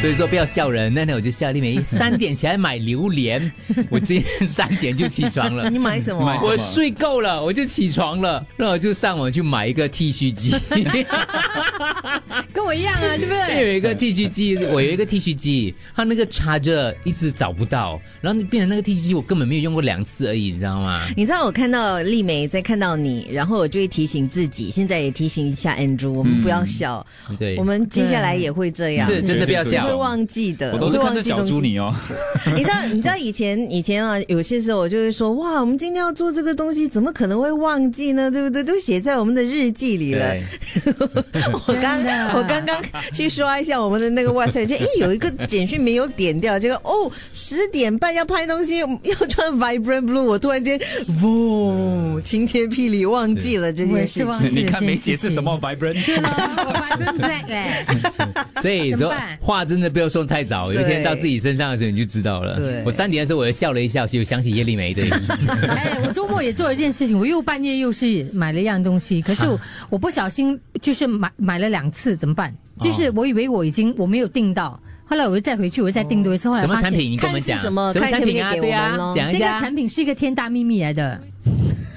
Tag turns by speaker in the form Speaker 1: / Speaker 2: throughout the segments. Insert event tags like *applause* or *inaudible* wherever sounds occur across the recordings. Speaker 1: 所以说不要笑人。那天我就吓丽
Speaker 2: *laughs*
Speaker 1: 梅，三点起来买榴莲，我今天三点就起床了 *laughs*
Speaker 2: *laughs*
Speaker 3: 你。买什么？
Speaker 1: 我睡够了，我就起床了，然后我就上网去买一个剃须机。
Speaker 2: 跟我一样啊，对不
Speaker 1: 因为
Speaker 2: 对？
Speaker 1: *laughs* 有一个剃须机，我有一个剃须机，它那个插着一直找不到，然后变成那个剃须机我根本没有用过两次而已，你知道吗？
Speaker 3: 你知道我看到丽梅在看到你，然后我就会提醒自己，现在也提醒一下 Andrew，我们不要笑，
Speaker 1: 对，
Speaker 3: 我们接下来也会这样，
Speaker 1: 是真的不要
Speaker 3: 我会
Speaker 1: 笑。
Speaker 3: 忘记的，
Speaker 4: 我都是
Speaker 3: 会
Speaker 4: 看
Speaker 3: 忘
Speaker 4: 着
Speaker 3: 记
Speaker 4: 小
Speaker 3: 东西
Speaker 4: 猪。你哦，
Speaker 3: *laughs*
Speaker 4: *laughs*
Speaker 3: 你知道，你知道以前以前啊，有些时候我就会说，哇，我们今天要做这个东西，怎么可能会忘记呢？对不对？都写在我们的日记里了
Speaker 1: 对。，
Speaker 4: *laughs*
Speaker 3: 我刚
Speaker 2: 真的
Speaker 3: 我刚刚去刷一下我们的那个 WhatsApp，就诶
Speaker 4: *laughs*
Speaker 3: 有一个简讯没有点掉，这个哦十点半要拍东西 *laughs* 要穿 Vibrant Blue，我突然间
Speaker 4: 嗯
Speaker 3: 嗡晴天霹雳，忘记了这
Speaker 2: 我
Speaker 3: 件
Speaker 2: 也
Speaker 3: 事
Speaker 2: 是忘
Speaker 3: 情。
Speaker 2: 记了这件事情。
Speaker 4: *laughs* 你看没解释什么 vibrant， *laughs*
Speaker 2: 对咯？我白跟
Speaker 1: *laughs*
Speaker 2: black 哎，
Speaker 1: 所以
Speaker 2: 怎
Speaker 1: 说
Speaker 2: 么办
Speaker 1: 话真的不要说太早，有一天到自己身上的时候你就知道了
Speaker 3: 对。
Speaker 1: 我三点的时候我就笑了一笑，就想起叶丽梅对，
Speaker 2: 哎，我周末也做了一件事情，我又半夜又是买了一样东西，可是我我不小心就是买买了两次，怎么办？
Speaker 1: 哦
Speaker 2: 就是我以为我已经我没有订到，后来我又再回去，我又再订多一次，后来
Speaker 1: 哦什么
Speaker 2: 发
Speaker 1: 产
Speaker 2: 现
Speaker 1: 品你跟我们
Speaker 3: 看
Speaker 1: 讲
Speaker 3: 是什么看
Speaker 1: 产
Speaker 3: 可不可以
Speaker 1: 品啊？
Speaker 3: 给我
Speaker 1: 对
Speaker 3: 们
Speaker 1: 啊
Speaker 3: 咯，
Speaker 1: 讲
Speaker 2: 这
Speaker 1: 一
Speaker 2: 个
Speaker 1: 下。
Speaker 2: 产品是一个天大秘密来
Speaker 1: *laughs*
Speaker 2: 的，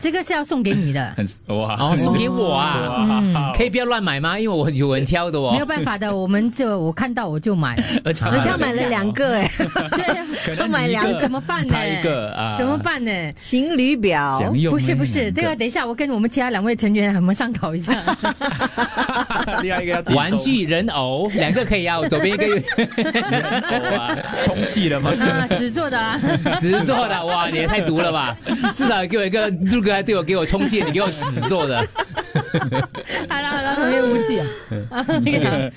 Speaker 2: 这个是要送给你的。
Speaker 4: 很哇，
Speaker 1: 哦，
Speaker 4: *laughs*
Speaker 1: 送给我啊！
Speaker 4: 哇，
Speaker 1: 可以不要乱买吗？因为我有人挑的
Speaker 2: 没
Speaker 1: 哦
Speaker 2: 有。办法的，我们就我看到我
Speaker 1: *laughs*
Speaker 2: 就买了，
Speaker 4: *laughs* 而且
Speaker 3: 而且买了两个哎、
Speaker 4: 可
Speaker 2: 对，
Speaker 4: 能你一
Speaker 3: *laughs*
Speaker 4: 个
Speaker 3: 买两个
Speaker 2: 怎么办呢？
Speaker 4: 拍一个啊
Speaker 2: 怎么办呢？
Speaker 3: 情侣表，
Speaker 4: 讲用
Speaker 2: 不是不是，这个等一下我跟我们其他两位成员我们商讨一下。
Speaker 1: *laughs*
Speaker 4: 另外一个要自己收
Speaker 1: 玩具人偶两个可以要，左边一个右
Speaker 4: 哇充气的吗？
Speaker 2: 啊，纸做的啊，
Speaker 1: 纸做的，哇，你也太毒了吧！至少给我一个陆哥还对我给我充气，你给我纸做的。
Speaker 2: 好了好了，没有无忌啊。啊那个